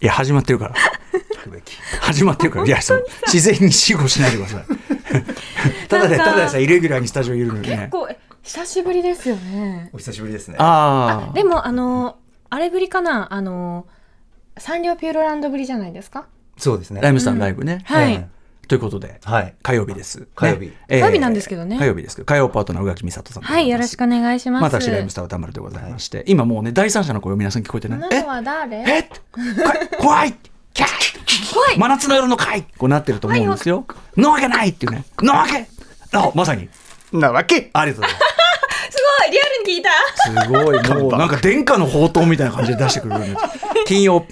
いや、始まってるから。始まってるから。いや、そう。自然に死後しないでください。ただで、なんかただでさ、イレギュラーにスタジオいるのにね結。構え久しぶりですよねお久しぶりですね。ああ。でもあのあれぶりかなあのサンリオピューロランドぶりじゃないですかそうですね。ライムさんライブね。はい、えということで、はい。火曜日です。火曜日ねえー火曜日なんですけどね火曜日ですけど、火曜パートナー、宇垣美里さんでござはいます。いよろしくお願いします、また私、ライムスター歌丸でございまして、今もうね、第三者の声を皆さん聞こえてあないな。えたは誰えこ怖いキャー怖い真夏の夜の会こうなってると思うんですよ。のわけないっていうね。のわけあ、まさに。なわけありがとうございます。すごいリアルに聞いたすごい、もうなんか殿下の宝刀みたいな感じで出してくれるんです。 金曜、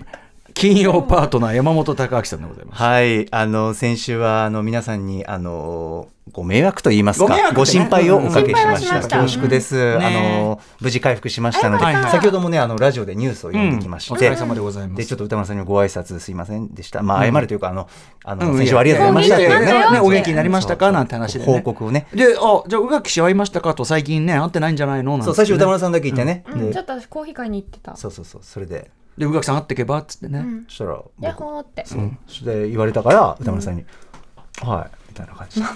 金曜パートナー山本隆明さんでございます。はい。あの、先週は、あの、皆さんに、あの、ご迷惑と言いますか、ごご迷惑ね心配をおかけしまし心配はしまた。した恐縮です。あねの、無事回復しましたので、あよかった先ほどもね、あの、ラジオでニュースを読んできまして、うんお疲れ様でございますちょっと歌丸さんにご挨拶すいませんでした。まあ、謝るというか、あの、あうの、ん先週はありがとうございましたっていういやいやいやいやいやいやいやいやお元気にいやいやいやいやいやいやいやいやいやいやね。なりましたかそうそうなんて話でね報告をね。で、あ、じゃあ、宇垣氏会いましたかと最近ね、会ってないんじゃないのなんて、ね。そう、最初歌丸さんだけいてね。うんでちょっと私コーヒー買いに行ってたそうそうそう、それで、で、宇垣さん会ってけばっつってね。んそしたら、僕ヤッホーってそれで言われたから歌丸さんに「はい」みたいな感じで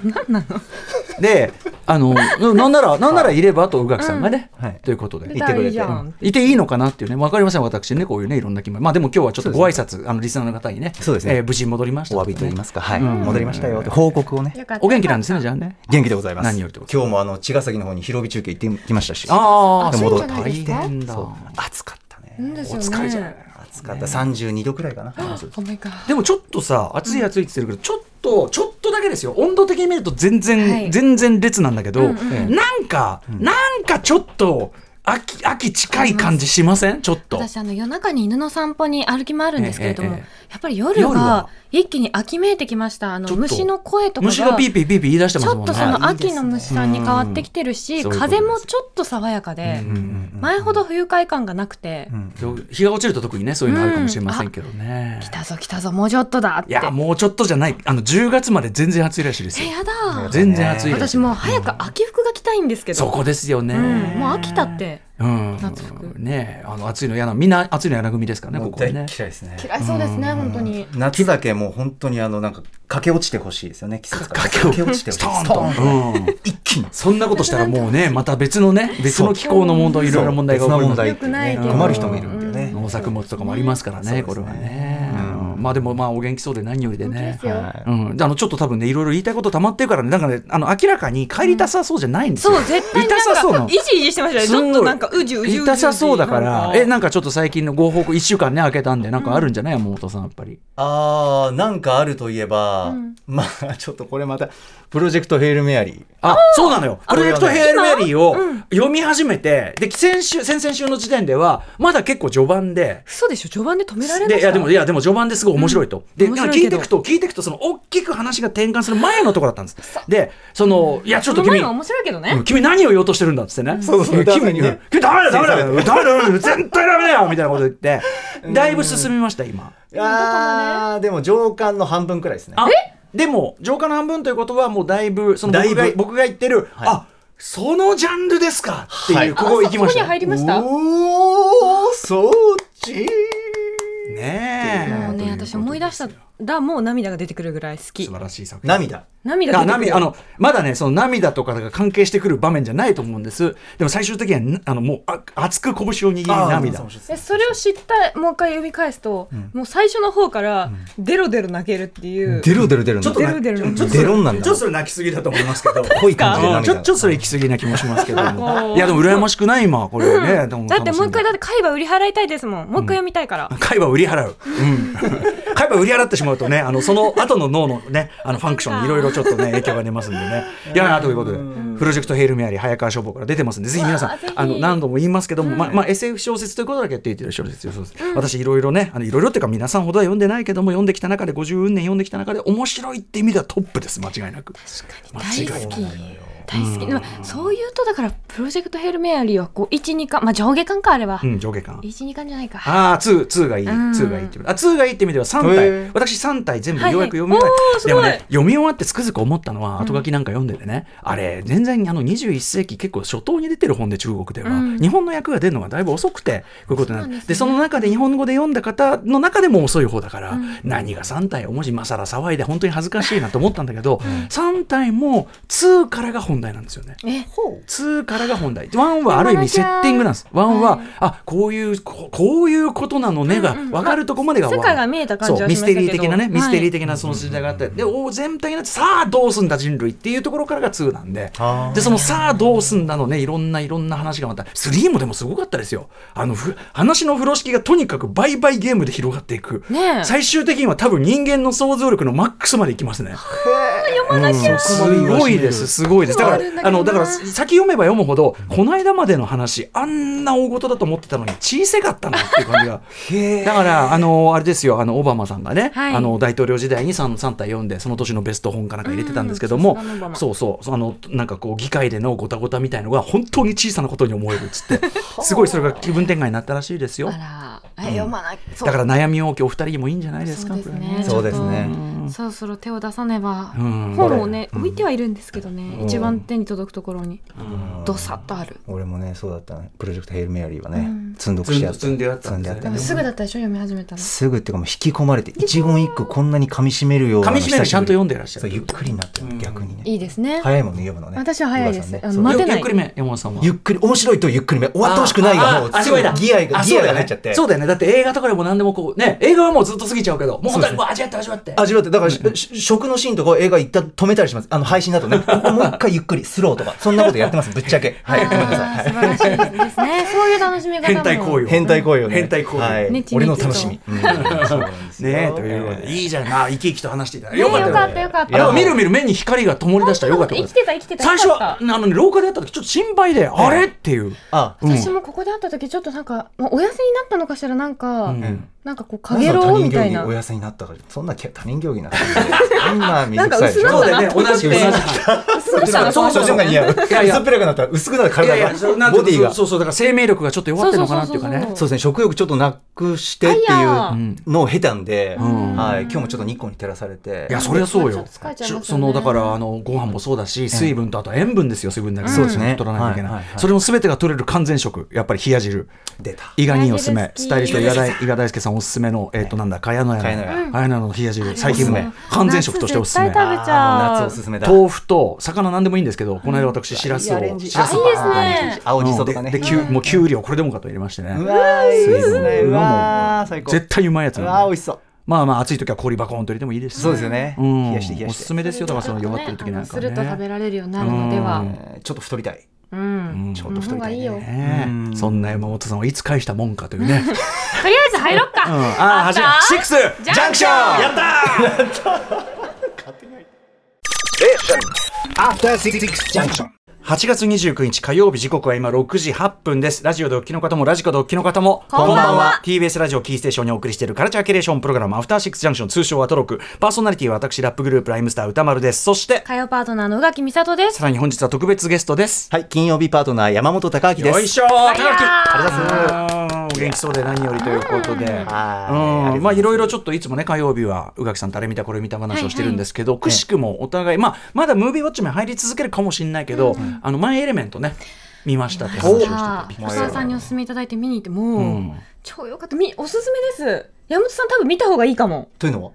で、あの、 なんなら、なんならいればと宇垣さんがね、うんはいということで。言ってくれていじゃんいていいのかなっていうね、わかりません、私ね、こういうね、いろんな気分。まあでも今日はちょっとご挨拶、あの、リスナーの方にね、そうですねえー無事に戻りましたおと詫ね、びと言いますか「はいうん戻りましたよ」って報告をねよかったお元気なんですね、じゃあね。元気でございます何よりでござい今日もあの茅ヶ崎の方に広尾中継行ってきましたしああ、暑いそんうじだ、ゃない大ですか変だ。暑かったうんでねすよねお疲れじゃない暑かった32度くらいかなおめかでもちょっとさ、暑い暑いって言ってるけど、ちょっと、ちょっとだけですよ。温度的に見ると全然、はい全然列なんだけど、うんうんなんか、なんかちょっと、秋、秋近い感じしませんちょっと。私あの夜中に犬の散歩に歩き回るんですけれども、ええええやっぱり夜夜はが一気に秋めいてきましたちょあのっと虫の声とかが虫がピーピーピーピー言い出してまちすょもんっね。とその秋の虫さんに変わってきてるいいし、ですね風もちょっと爽やかで、うんうん前ほど不愉快感がなくて、うんそう日が落ちると特にねそういうのあるかもしれませんけどね、来たぞ来たぞもうちょっとだっていやもうちょっとじゃないあの10月まで全然暑いらしいですえよやだ全然暑いらしい私もう早く秋服が着たいんですけどそこですよね、うん、もう秋だってうん夏服ねえあの暑いの嫌なみんな暑いの嫌な組ですからねもこうこは大嫌ねいですね嫌いそうですね、本当に夏だけもう本当にあのなんか駆け落ちてほしいですよね季節から駆け駆け落落ちてちてほしほしいいストーンとストーン一気にそんなことしたらもうねまた別のね別の気候の問題いろいろな問題が起こりますそうよくないけど困る人もいるんだよね農作物とかもありますからね、うんこれはそうでねすね、うんまあでもまあお元気そうで何よりで本当ねですよはいうん、あのちょっと多分ねいろいろ言いたいこと溜まってるからねなんかねあの明らかに帰りたさそうじゃないんですよ、そう絶対痛さそうななのんかイジイジしてましたねすちごいょっとなんかうじうじうじうじ痛さそうだからなんえなんかちょっと最近のご報告1週間ね開けたんでなんかあるんじゃない、山本さんやっぱりあーなんかあるといえば、うんまあちょっとこれまたプロジェクトヘイルメアリーあそうなのよプロジェクトこれヘールメアリーを今うん読み始めてで先週先々週の時点ではまだ結構序盤で嘘でしょ序盤で止められましたでいやでもいやでも序盤ですごい面白いと、で面なん白かいけ聞いてどいくと聞いていくとその大きく話が転換する前のところだったんですでそのいやちょっとその君前は面白いけどね、うん君何を言おうとしてるんだっつってね。そうそうえ君、ダメね君ダメだよダメだよダメだよダメだよ絶対ダメだよみたいなこと言っ て、だいぶ進みました今。あーでも上巻の半分くらいですねあでも浄化の半分ということはもうだいぶその僕だがいぶ僕が言ってる、はいあそのジャンルですかっていう、はいここ行きましあそこたに入りましたおーそっちねえもうね私思い出しただもう涙が出てくるぐらい好き素晴らしい作品涙涙出あてくる涙あのまだねその涙とかが関係してくる場面じゃないと思うんですでも最終的にはあのもうあ熱く拳を握り涙でそれを知ったもう一回読み返すと、もう最初の方からデロデロ泣けるっていう、出る出る出るちょっとデロデロちょっとデロンなんだちょっとそれ泣きすぎだと思いますけど濃い感じでうん涙ちょちょっとそれ行き過ぎな気もしますけど こもういやでも羨ましくない今これ ね、でもだってもう一回楽しんでだって貝は売り払いたいですもんもう一回読みたいから、買えば売り払う、うん、 買えば売り払ってしまうとねあのその後の脳のねあのファンクションにいろいろちょっとね影響が出ますんで ねいやーということでプロジェクトヘイルメアリー早川消防から出てますんでぜひ皆さわんあぜひあの何度も言いますけども、ままあ SF 小説ということだけって言ってる小説よそうです私いろいろねあのいろいろっていうか皆さんほどは読んでないけども読んできた中で50年読んできた中で面白いって意味ではトップです間違いなく大好き大好き、まあそういうとだからプロジェクトヘルメアリーはこう12巻まあ上下巻かあれば、うん、上下巻。 12巻じゃないかああ、2、2がいい、うん2がいいって意味。あ、2がいいって意味では3へ体ー、私3体全部はいようはいやく読み終おえーすでごいもね、読み終わってつくづく思ったのは、後書きなんか読んでてね、あれ、全然あの21世紀結構初頭に出てる本で中国では、うん日本の役が出るのがだいぶ遅くて、こういうことになそる。うなんでですねその中で日本語で読んだ方の中でも遅い方だから、うん何が3体、もし今更騒いで本当に恥ずかしいなと思ったんだけど、3体も2からが本題なんですよね。え2からが本題1はある意味セッティングなんです1は、はいあこういうここういうことなのねがうんうん分かるとこまでが世界が見えた感じそうはミしスましたテけどリー的なねミステリー的的なその時代があって、でお全体になってさあどうすんだ人類っていうところからが2なんであーでそのさあどうすんだのねいろんないろんな話がまた3もでもすごかったですよあのふ話の風呂敷がとにかく倍々ゲームで広がっていく、ねえ最終的には多分人間の想像力のマックスまでいきますね。読まなきゃ、すごいです、すごいです。だかそうなんら、だけどあなの、だから、先読めば読むほど、この間までの話、あんな大事だと思ってたのに、小さかったなっていう感 じが。だから、あの、あれですよ、あの、オバマさんがね、はいあの、大統領時代に三三体読んで、その年のベスト本かなんか入れてたんですけどもうんさすがのオバ。マそうそうそう、あの、なんかこう、議会でのごたごたみたいのが、本当に小さなことに思えるっつって。すごい、それが気分転換になったらしいですよ。あら、え読まないだから、悩み多きお二人にもいいんじゃないですか。そうですこれねそうですねちょっとそろそろ手を出さねば、うん本をね置いてはいるんですけどね、ん一番手に届くところにうんどさっとある、俺もねそうだったねプロジェクトヘイルメアリーはうねん積んどくしや積んであった積んであっでたもねすぐだったでしょ読み始めたらすぐっていうかもう引き込まれて一言一句こんなに噛み締めるような噛み締めるちゃんと読んでらっしゃそうるゆっくりになってる逆にねいいですね早いもんね読むのね私は早いです小あ川さのんねそう待てないゆっくりめ山本さんはゆっくり面白いとゆっくりめ終わってほしくないがもうあああすごいだギアがあギそうアだよがね入っちゃってそうだよねだって映画とかでも何でもこうね映画はもうずっと過ぎちゃうけどもう本当にわ味わって味わって味わってだからしし食のシーンとか映画一旦止めたりしますあの配信だ とねここもう一回ゆっくりスローとかそんなことやってますぶっちゃけはいごめんなあさーい素晴らしいですねそういう楽しみ方も変態行為を変態行為をね変態行為はいねちねちと俺の楽しみうんそうなんですよねえということでいいじゃんな生き生きと話していただいてねよよかったかったよかっいやあたのみるみる目に光が灯り出したよかった生できすてた生きてた最初よかはっあたの廊下で会った時ちょっと心配であれっていうあうん私もここで会った時ちょっとなんか、まあ、お痩せになったのかしらなんか、うんなんかこうかげろうみたいなお痩せになったからそんな他人行儀なそんな水臭いでしょそなうんだかよね同じ同じ薄くしたのそうそうこそのう人いやいや薄っぺらくなったら薄くなるいや体いがやそうなんていボうのディがそそうそうだから生命力がちょっと弱ってるのかなっていうかそうそうそうねそううですね食欲ちょっとなくしてっていあいやうのを経たんで、うんはい、今日もちょっと日光に照らされていやそりゃそうちょよっと疲れちゃいますしよょねそのだからあのご飯もそうだし水分とあと塩分ですよ水分だけそうですね取らないといけない、はいはいはいそれも全てが取れる完全食やっぱり冷や汁出た伊賀におすす冷やめ汁好きスタイリスト伊賀大伊賀大輔さんおすすめのえっ、となんだかやのやかやのやあやのやの冷や汁最近おすすもめ完全食としておすすめ夏絶対食べちゃう夏おすすめだ豆腐と魚なんでもいいんですけどこの間私しらすをいいアレンジしらすあいいですね青じそとかねでできゅうもうきゅうりをこれでもかと入れましてね、うわーいいですねうんうわー最高絶対うまいやつうなわーん美で味しそうまあまあ暑い時は氷バコーンと入れてもいいですしそうですよね、うん、冷やして冷やおしてすすめですよだからその弱ってる時なんかちょっとねあのすると食べねられるようになるのではえーちょっと太りたいうん、うんちょっそと太の方りたがいいいね、よとりねうえんそんな山本さんをいつ返したもんかというね。あえず入ろっうか、ん、ああ、 はじめ、シックス、ジジャンャンククシショョン、ンやったー。8月29日火曜日時刻は今6時8分です。ラジオでお聞きの方もラジコでお聞きの方もこんばんは TBS ラジオキーステーションにお送りしているカルチャーキュレーションプログラムアフターシックスジャンクション通称アトロク。パーソナリティは私ラップグループライムスター歌丸です。そして、火曜パートナーの宇垣美里ですさらに本日は特別ゲストです。はい金曜日パートナー山本孝明ですよいしょー高木ありがとうございうんお元気そうで何よりということで。はうんまあいろいろちょっょっといつもね火曜日は宇垣さん誰見たこれ見た話をしてるんですけど、いくしくもお互い、まあ、まだムービーウォッチも入り続けるかもしれないけど、あのマイ・エレメントね見ましたって話をしてあたびーっおくり母さんにお勧めいただいて見に行ってもう、うん超良かったみおすすめです山本さん多分見た方がいいかもというのは、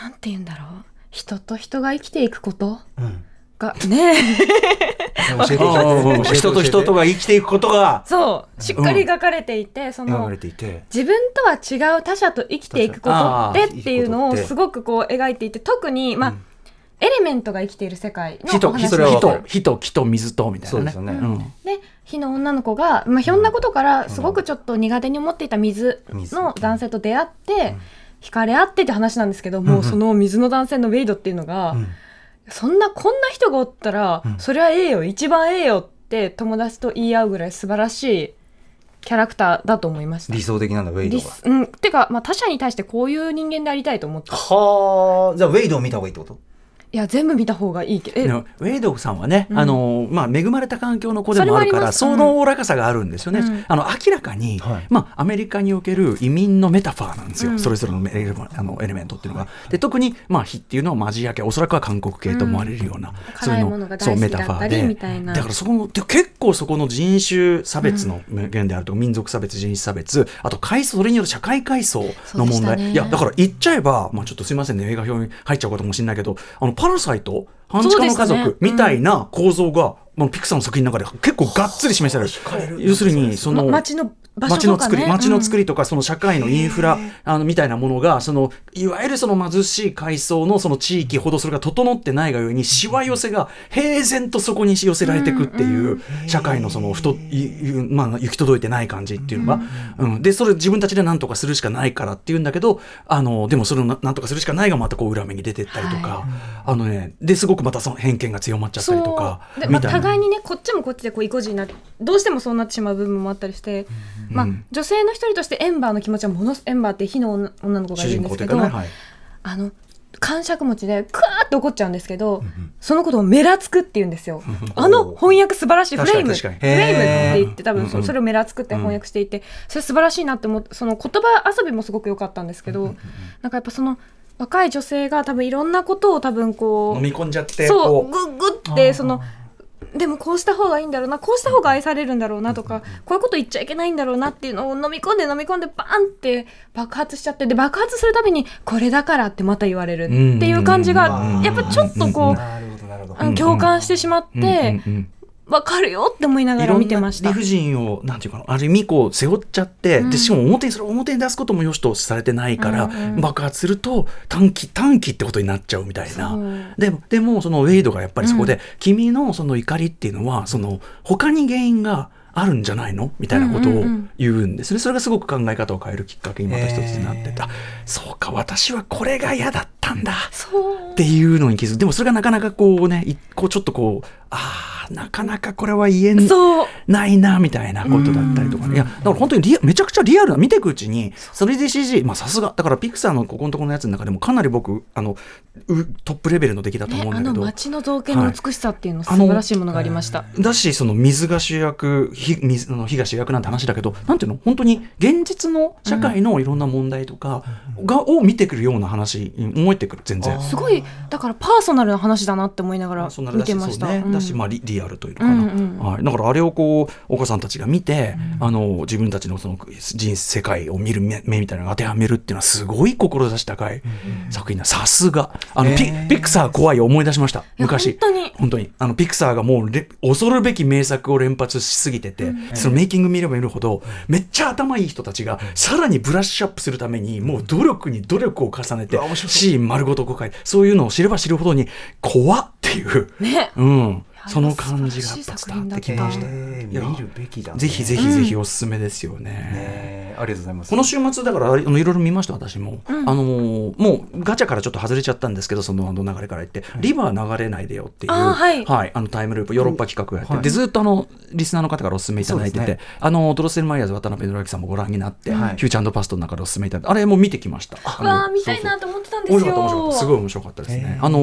なんて言うんだろう人と人が生きていくことうん、が ねえ教えてうんうんうん人と人とが生きていくことがそうしっかり描かれていて、そ選ばのれていて自分とは違う他者と生きていくことってあーっていうのを生きていくことってすごくこう描いていて特にまあ、エレメントが生きている世界火のおと火話それはわかとる火と木と水とみたいなね。そうですよねんで火の女の子が、まあ、ひょんなことからすごくちょっと苦手に思っていた水水の男性と出会って、惹かれ合ってって話なんですけど、もうその水の男性のウェイドっていうのが、んそんなこんな人がおったら、んそりゃええよ一番ええよって友達と言い合うぐらい素晴らしいキャラクターだと思いました理。想的なんだウェイドリがスうん、てか、まあ、他者に対してこういう人間でありたいと思ってはあじゃあウェイドを見た方がいいってこといや全部見た方がいいけどえでもウェイドさんはね、うんあのまあ、恵まれた環境の子でもあるからそれそもありますのおおらかさがあるんですよね、うんあの明らかに、はいまあ、アメリカにおける移民のメタファーなんですよ、うんそれぞれのエレあのエレメントっていうのが、で特に、まあ、火っていうのはマジア系おそらくは韓国系と思われるような、そうい辛いうもののがそう大好メきタフだァったーりでみたいなだからそこので結構そこの人種差別の面であるとか、民族差別人種差別あと階層それによる社会階層の問そうでした題、ねいやだから言っちゃえば、まあ、ちょっとすいませんね映画表に入っちゃうかもしれないけどあのパラサイト半地下の家そうですね族みたいな構造が、まあ、ピクサーの作品の中で結構がっつり示され惹かれる。る要するにその、ま街の場所街とのか、作ね、り街の作り、りとかその社会のインフラあのみたいなものがそのいわゆるその貧しい階層のその地域ほどそれが整ってないがゆえにしわ寄せが平然とそこに寄せられていくっていう社会のその太いいまあ行き届いてない感じっていうのが、うん、でそれ自分たちで何とかするしかないからっていうんだけどあのでもそれをな何とかするしかないがまたこう裏目に出てったりとか、あのねですごくまたその偏見が強まっちゃったりとかそうで、まあ、みたいな互いにねこっちもこっちでこう意固地になってどうしてもそうなってしまう部分もあったりして、まあ、女性の一人としてエンバーの気持ちはものすエンバーって火の女女の子が主いるん人公とですけいうかど、ね、はい、あの感触持ちでクワーって怒っちゃうんですけど、そのことを「メラつく」って言うんですよ。あの翻訳素晴らしいフ確かレにーム確かにフレームって言って多う分んそそれをメラつくって翻訳していて、それ素晴らしいなって思ってその言葉遊びもすごく良かったんですけど、なんかやっぱその若い女性が多分いろんなことを多分こ飲うみ込んじゃってそこううグッグってそのでもこうした方がいいんだろうなこうした方が愛されるんだろうなとかこういうこと言っちゃいけないんだろうなっていうのを飲み込んで飲み込んでバーンって爆発しちゃってで爆発するたびにこれだからってまた言われるっていう感じうんがやっぱちょっとこなるほどなるほどう共感してしまっうんうんてうんわかるよって思いながいらろ見んてなました理。不尽をなんていうかなある意味こう背負っちゃって、うんでしかも表にそれを表に出すことも良しとされてないから、うんうん爆発すると短期短期ってことになっちゃうみたいなそう。でもでもそのウェイドがやっぱりそこで、君のその怒りっていうのはその他に原因があるんじゃないのみたいなことうんをうんうん言うんですね、それがすごく考え方を変えるきっかけにまた一つになってた、へーそうか私はこれが嫌だったんだそうっていうのに気づくでもそれがなかなかこうねいこうちょっとこうあーなかなかこれは言えんそうないなみたいなことだったりとかね。いや、だから本当にリアめちゃくちゃリアルな、見ていくうちに、それで CG、まあさすが、だからピクサーのここのところのやつの中でもかなり僕、あの、うトップレベルの出来だとね思うあんだのけど。街の造形の美しさっていうの素晴らしいものがありました。だし、その水が主役、火水あの火が主役なんて話だけど、なんていうの、本当に現実の社会のいろんな問題とかが、を見てくるような話に思えてくる、全然あ。すごいだからパーソナルな話だなって思いながらそんな見だしてました。そうねうんだし、まあ、リリアルというのかな、うんうんはい、だからあれをこうお子さんたちが見て、あの自分たちのその人世界を見る目目みたいなのを当てはめるっていうのはすごい志高い作品ださすがあの、ピえーピクサー怖いを思い出しましたいや昔本当に本当にあのピクサーがもうれ恐るべき名作を連発しすぎてて、そのメイキング見れば見るほどめっちゃ頭いい人たちがさらにブラッシュアップするためにもう努力に努力を重ねてうわ面白そうシーン丸ごと誤解そういうのを知れば知るほどに怖っていう、ねうん、その感じがやっぱ伝わってきました。えいやー見るべきだねぜひぜひぜひおすすめですよね。ねありがとうございますこの週末だからあのいろいろ見ました私も、んあのーもうガチャからちょっと外れちゃったんですけどそのあの流れから言って「リバー流れないでよ」っていうあーはいあのタイムループヨーロッパ企画をやって、はいでずっとあのリスナーの方からお勧めいただいてそうて、ですあのドロッセルマイヤーズ渡辺裕之さんもご覧になって、はいフューチャーパストの中でお勧めいただいてあれも見てきました。あのわあ見たいなと思ってたんで面す白よ。かった面白かったすごい面白かったですねへ。ーあの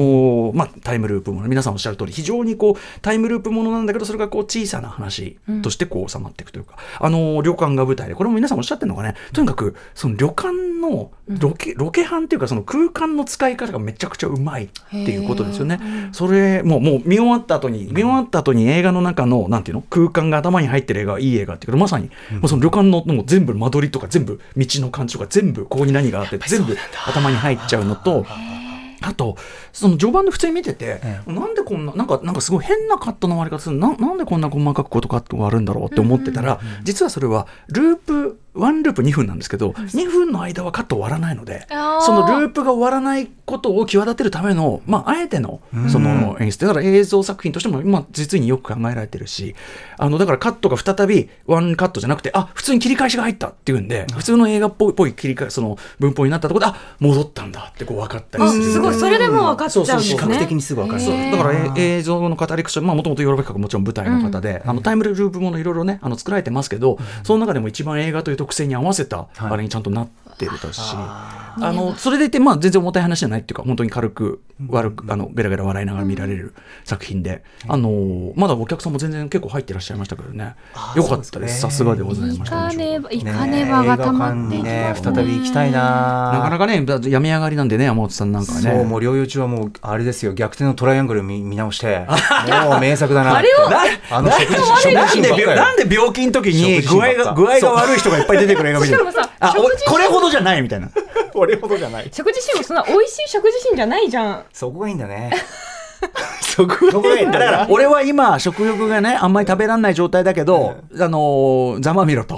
ーまあタイムループもの皆さんおっしゃる通り非常にこうタイムループものなんだけどそれがこう小さな話としてこう収まっていくというか、あのー旅館が舞台でこれも皆さんおっしゃってるのがねとにかくその旅館のロケ、ロケ班っていうかその空間の使い方がめちゃくちゃうまいっていうことですよねへ。それもうもう見終わった後に見終わった後に映画の中のなんていうの空間が頭に入ってる映画はいい映画っていうけどまさに、もうその旅館のもう全部間取りとか全部道の感じとか全部ここに何があって全部頭に入っちゃうのと。あとその序盤で普通に見てて、えなんでこんななんかなんかすごい変なカットの割り方するななんでこんな細かくことカットがあるんだろうって思ってたら、実はそれはループ1ループ2分なんですけど、2分の間はカット終わらないのであーそのループが終わらないことを際立てるための、まあ、あえてのうんその演出だから映像作品としても今実によく考えられてるしあのだからカットが再びワンカットじゃなくてあ普通に切り返しが入ったっていうんで普通の映画っぽいぽい切り替えその文法になったところであ戻ったんだってこう分かったりあするすごいそれでもう分かっちゃうんですね。そうそう視覚的にすぐ分かるそうへーだからえ映像の語り口まあもともとヨーロッパ企画もちろん舞台の方で、あのタイムループものいろいろねあの作られてますけど、その中でも一番映画という特性に合わせたはいあれにちゃんとなってるだし、ああのそれでいてまあ全然重たい話じゃないっていうか本当に軽く悪くあのゲラゲラ笑いながら見られる作品で、あのーまだお客さんも全然結構入ってらっしゃいましたけどねあーよかったですそうさすですねがでござい行ましたか面白かったねば、行かねばがたまってきねまえす映ね。画館にね再び行きたいななかなかねだ病み上がりなんでね山本さんなんかはねそうもう療養中はもうあれですよ逆転のトライアングル見見直 してもう名作だなってあれをあの食事食な事シんーンでば病っかりなんで病気の時に具合が具合が悪い人がいっぱい出てくる映画見てるしかもさあお食事これほどじゃないみたいなこれほどじゃない食事シーンもそんな美味しい食事シーンじゃないじゃん。そこがいいんだ ねそこがいいんだだから俺は今食欲がねあんまり食べられない状態だけど、あのーざまみろと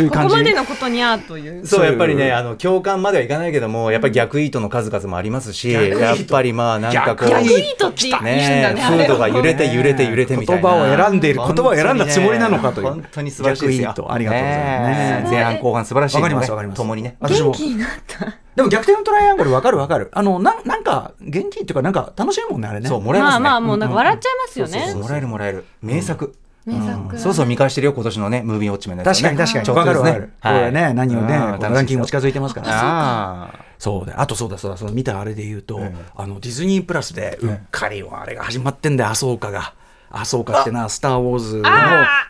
いうこ感こじまでのことにゃーという。そうそういうやっぱりねあの共感まではいかないけどもやっぱり逆イートの数々もありますし逆イートやっぱりまあなんかこ逆逆イうートって言うんだねね。あフれーをドが揺れて揺れて揺れてみたいな言葉を選んでいる言葉を選んだつもりなのかという本当にね本当に素晴らしいですよ逆イートありがとうございますねね前半後半素晴らしいのでわかりますわかります共にね私も元気になった。でも逆転のトライアングルわかるわかるあのなんなんか元気っていうかなんか楽しいもんねあれねそうもらえまますあねまあもうなんか笑っちゃいますよそうそうそうね。もらえるもらえる名作名作だねそろそろ見返してるよ今年のねムービーウォッチメンのやつ確ねかに確かにちょっわとかでるすわかるこれね何をねうんこうランキングも近づいてますからああそうだあとそうだそうだその見たあれで言うと、ええあのディズニープラスでうっかりはあれが始まってんだよ麻生家が。麻生家ってな、スター・ウォーズの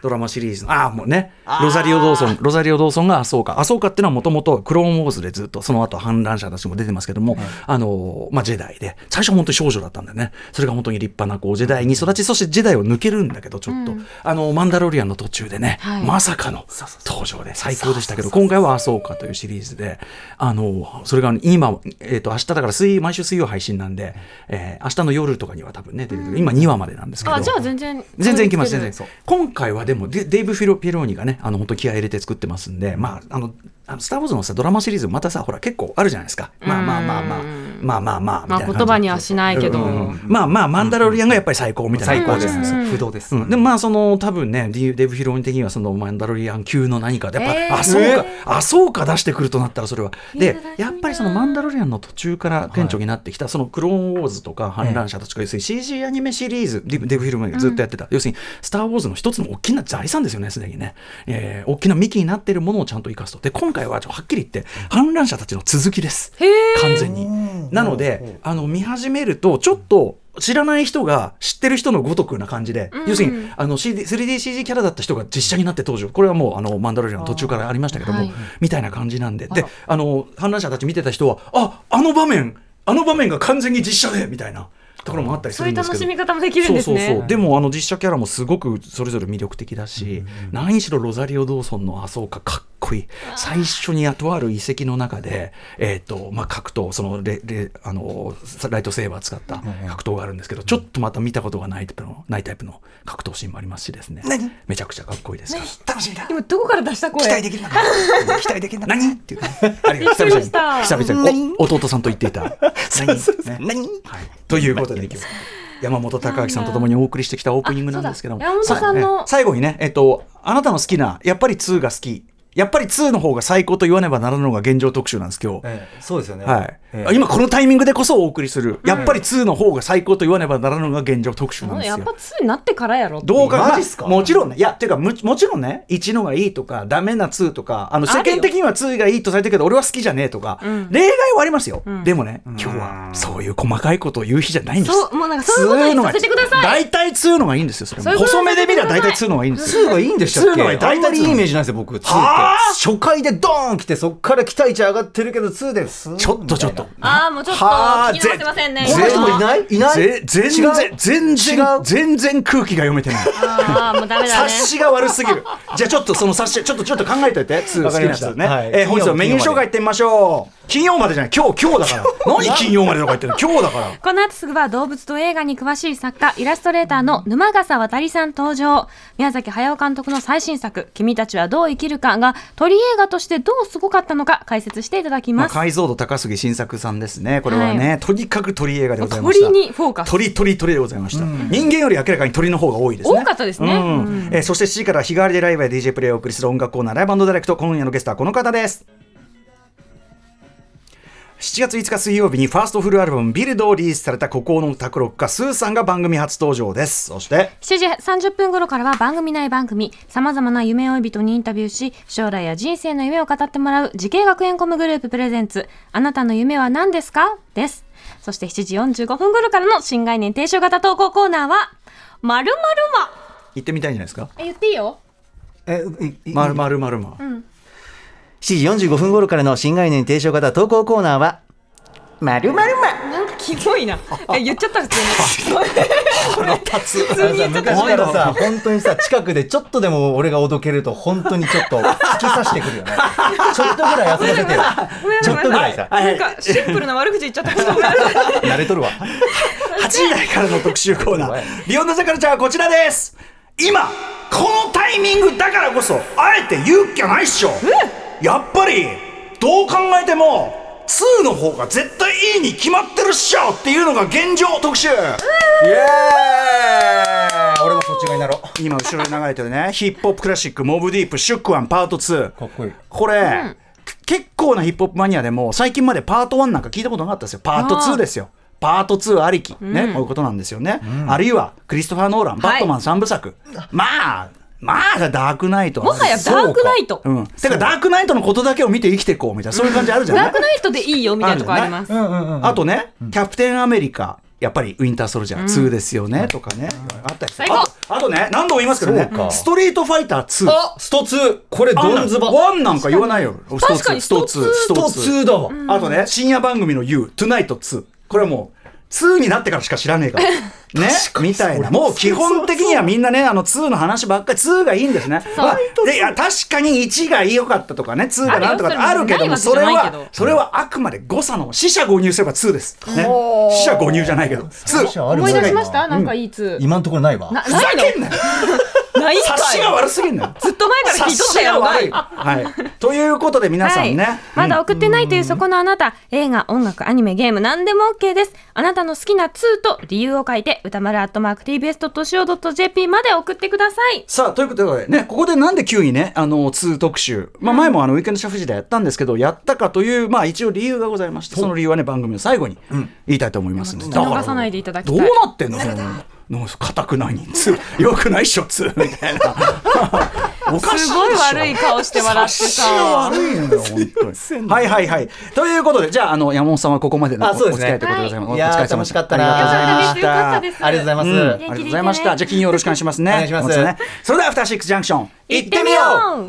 ドラマシリーズの、ああ、もうね、ロザリオ・ドーソン、ロザリオ・ドーソンが麻生家。麻生家ってのはもともとクローン・ウォーズでずっと、その後反乱者たちも出てますけども、あの、まあ、ジェダイで、最初は本当に少女だったんだよね。それが本当に立派な、こう、ジェダイに育ち、そしてジェダイを抜けるんだけど、ちょっと、あの、マンダロリアンの途中でね、はいまさかの登場で最高でしたけど、今回は「そうか」というシリーズで、あの、それが今、えっと、明日だから水、毎週水曜配信なんで、えー明日の夜とかには多分ね、出てくる今2話までなんですけど。あ、じゃあ全然。全然いきます、全然。然。今回はでもデ、デイブ・フィロピエローニがね、あの、本当気合い入れて作ってますんで、まあ、あの、あのスター・ウォーズのさ、ドラマシリーズ、またさ、ほら、結構あるじゃないですか。まあまあまあまあうん、まあまあまあ、みたいな感じまあ言葉にはしないけどうんうんうんまあまあ、マンダロリアンがやっぱり最高みたいな。最高ですうんうん不動ですうん、でもまあその多分ねディデーブ・フィローニ的にはそのマンダロリアン級の何かでやっぱ、えーあそうか、あそうか出してくるとなったらそれはでいただきますやっぱりそのマンダロリアンの途中から顕著になってきた、そのクローンウォーズとか反乱者たちが要するに CG アニメシリーズディデーブ・フィローニがずっとやってた、要するにスター・ウォーズの一つの大きな財産ですよねすでにね、えー大きな幹になっているものをちゃんと生かすとで今回はちょっとはっきり言って反乱者たちの続きですへえ。完全に。なので、あの見始めると、ちょっと知らない人が知ってる人のごとくな感じで、うん要するにあの CD 3DCG キャラだった人が実写になって登場、これはもうあのマンダロリアンの途中からありましたけども、はいみたいな感じなんで、あでらあの観覧者たち見てた人は、ああの場面、あの場面が完全に実写でみたいなところもあったりすそうるいんうです楽けどし。み方もできるんですね。そうそうそうでもあの実写キャラもすごくそれぞれ魅力的だし、何しろロザリオ・ドーソンの麻生家かっこいい最初にとある遺跡の中で、えーとまあ、格闘そのレレあのライトセーバー使った格闘があるんですけど、ちょっとまた見たことがないタイプのないタイプの格闘シーンもありますしですね何めちゃくちゃかっこいいですから楽しみだ今どこから出した声期待できるな期待できるな何っていうねあれびっ久くり々にした久々にお弟さんと言ってい た何ね何はい、ということで今日山本孝明さんとともにお送りしてきたオープニングなんですけどもあそうだ山本さんのいえ最後にね、えっと、あなたの好きなやっぱり2が好きやっぱり2の方が最高と言わねばならぬのが現状特集なんです今日。ええそうですよねはいえあえ今このタイミングでこそお送りする、やっぱり2の方が最高と言わねばならぬのが現状特集なんもうですやよっ。ぱ2になってからやろってどうか、マまあジっすかもちろんね、いや、ていうか、むもちろんね、1のがいいとか、ダメな2とか、あの世あるよ間的には2がいいとされてるけど、俺は好きじゃねえとか、うん例外はありますよ。んでもね、今日はそういう細かいことを言う日じゃないんです。そうもうなんかそういうことにさせてください大体2のがいいんですよ、それもそういうこと細にさめでせて見くだれさばい大体2のがいいんです2よ。がいいんでしたっけ2のがいいあんまりいいイメージないですよ僕2って初回でドーン来てそっから期待値上がってるけど2でちょっとちょっと。ああもうちょっとはあ聞き逃せませんねぜこんな人もいないいないぜ全然違、う全然、全然空気が読めてない。ああもうダメだ察ねしが悪すぎる。じゃあちょっとその察し、ちょっとちょっと考えといて、つ好わきなかりやまつしたね。はいえー本日のメニュー紹介いってみましょう。金曜までじゃない、今日、今日だから。何金曜までとか言ってるの今日だから。この後すぐは動物と映画に詳しい作家、イラストレーターの沼笠渡りさん登場。宮崎駿監督の最新作、君たちはどう生きるかが、鳥映画としてどうすごかったのか解説していただきままあ、す。解像度高杉晋作さんですね。これはね、とにかく鳥映画でございました。鳥にフォーカス。鳥鳥鳥でございました、人間より明らかに鳥の方が多いですね多かったですねうんうんえーそして7時から日替わりでライブや DJ プレイをお送りする音楽コーナーライブダイレクト今夜のゲストはこの方です7月5日水曜日にファーストフルアルバム「ビルド」をリリースされた孤高の卓録家スーさんが番組初登場ですそして7時30分頃からは番組内番組、様々な夢追い人にインタビューし、将来や人生の夢を語ってもらう、時系学園コムグループプレゼンツ、あなたの夢は何ですかです。そして7時45分頃からの新概念提唱型投稿コーナーは、まるまるま。行ってみたいんじゃないですか。え、言っていいよ。え、まるまるまるま。 7時45分頃からの新概念提唱型投稿コーナーは、まるまるま。なんかキモいな。え、言っちゃった普通に。立つ。普通に言っちゃった昔からさ、本当にさ、近くでちょっとでも俺がおどけると、本当にちょっと突き刺してくるよね。ちょっとぐらい休ませてよ。ごめんなちさょいっとぐらいさごめんなさいなんかシンプルな悪口言っちゃったことがある。慣れとるわ。 8時台からの特集コーナー「ビヨンドザカルチャー」はこちらです今このタイミングだからこそあえて言うっきゃないっしょやっぱりどう考えても2の方が絶対いいに決まってるっしょっていうのが現状特集イエーイ俺もそっち側になろう。今後ろに流れてるねヒップホップクラシック「モブディープシュックワンパート2」かっこいいこれ、結構なヒップホップマニアでも最近までパート1なんか聞いたことなかったですよパート2ですよパート2ありき、ねこういうことなんですよね、あるいはクリストファー・ノーラン「バットマン」3部作、まあまあダークナイトもはやダークナイト。うん、てかダークナイトのことだけを見て生きていこうみたいなそういう感じあるじゃないダークナイトでいいよみたいなとこあります。うんうんうん。あとね、キャプテンアメリカ、やっぱりウィンターソルジャー2ですよね、とかね、あったりして最高あとあとね、何度も言いますけどねそう、かストリートファイター2。あスト2これあんドなンズバ。ワンなんか言わないよ。スト確かにスト2、スストト2、ス2だわ。ト2。あとね、深夜番組の You、Tonight 2。これはもう、2になってからしか知らねえ から。ね、みたいな。もう基本的にはみんなね、あの2の話ばっかり、2がいいんですね。そうまあでいや確かに1が良かったとかね、2がなんとかってああるよるけども、そそれれもないわけじゃないけはど、それはあくまで誤差の、死者誤入すれば2です。ね。死者誤入じゃないけど、死者2。ある思い出しましうたんなんかいいツー。今んところないわ。な、ふざないのけんなよないんかい察しが悪すぎんのよ。ずっと前から聞いとったやろ察なしが悪い。はい。ということで皆さんねはい、、まだ送ってないというそこのあなた、映画音楽アニメゲーム何でも OK ですあなたの好きな2と理由を書いて歌丸アットマーク TBS.CO.JP まで送ってくださいさあ、ということでね、ここでなんで9位ね、あの、2特集。まあ、前もあの、ウィークエンドシャッフジでやったんですけど、やったかという、まあ、一応理由がございまして、その理由はね、番組の最後に言いたいと思いますので。見逃さないでいただきたどいうなってんのその、なんか硬くない人数。よくないっしょ、2。み たいな。おかしいでしょすごい悪い顔して笑ってさ察しが悪いのよ、本当に。はいはいはい。ということで、じゃあ、あの、山本さんはここまでのおあそうですねお付き合いということでございます。はお疲いいやれ様ーで楽しかったありながとうございまよかったしでた。すありがとうございうんまあすり元気でいがとてね。うございました。じゃあ金曜よろしくお願いしますね。お願いします松田ねそれではアフターシックスジャンクション行ってみよう。う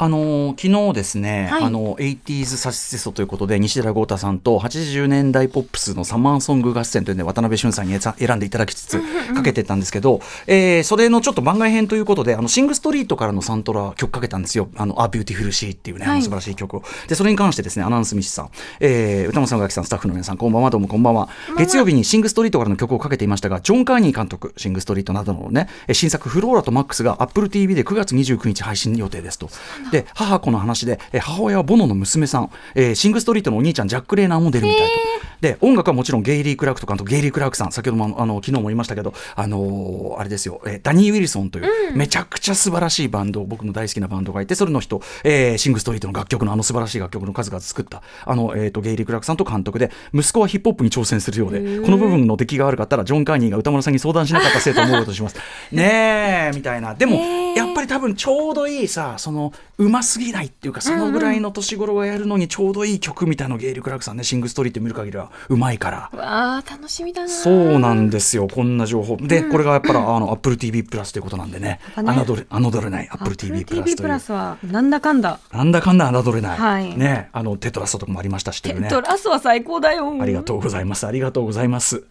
あのー昨日ですね、はいあの 80s サシストということで西寺豪太さんと80年代ポップスのサマーソング合戦というので渡辺俊さんに選んでいただきつつかけてたんですけど、えーそれのちょっと番外編ということであのシングストリートからのサントラ曲かけたんですよ「あのアビューティフルシーっていうね、あのはい素晴らしい曲をでそれに関してですねアナウンスミシさん、えー歌丸さんがきさんスタッフの皆さんこんばんはどうもこんばんは月曜日にシングストリートからの曲をかけていましたがジョン・カーニー監督シングストリートなどのねえー新作「フローラとマックス」が AppleTV で9月29日配信予定ですとで母子の話でえー母親はボノの娘さん、えーシングストリートのお兄ちゃんジャック・レーナーも出るみたいと。で音楽はもちろんゲイリー・クラークとかゲイリー・クラークさん先ほどもあのあの昨日も言いましたけど、あのーあれですよ、えーダニー・ウィルソンというめちゃくちゃ素晴らしいバンド、僕の大好きなバンドがいてそれの人、えーシング・ストリートの楽曲のあの素晴らしい楽曲の数々作ったあの、えー、とゲイリー・クラークさんと監督で息子はヒップホップに挑戦するようでこの部分の出来が悪かったらジョン・カーニーが歌丸さんに相談しなかったせいと思うことし ますねえみたいなでも、へーやっぱり多分ちょうどいいさそのうますぎないっていうかそのぐらいの年頃がやるのにちょうどいい曲みたいなのゲイリー・クラークさんねシング・ストリート見る限りはうまいから。わあ楽しみだなそうなんですよ、こんな情報。で、これがやっぱり、あの、Apple TV プラスということなんでね、やっぱね侮れ、侮れない Apple TV プラス TV といプうラ。スはなんだかんだなんだかんだ侮れない。はいね、あの、テトラスとかもありましたしといテうね。トラスは最高だよありがとうございます。ありがとうございます。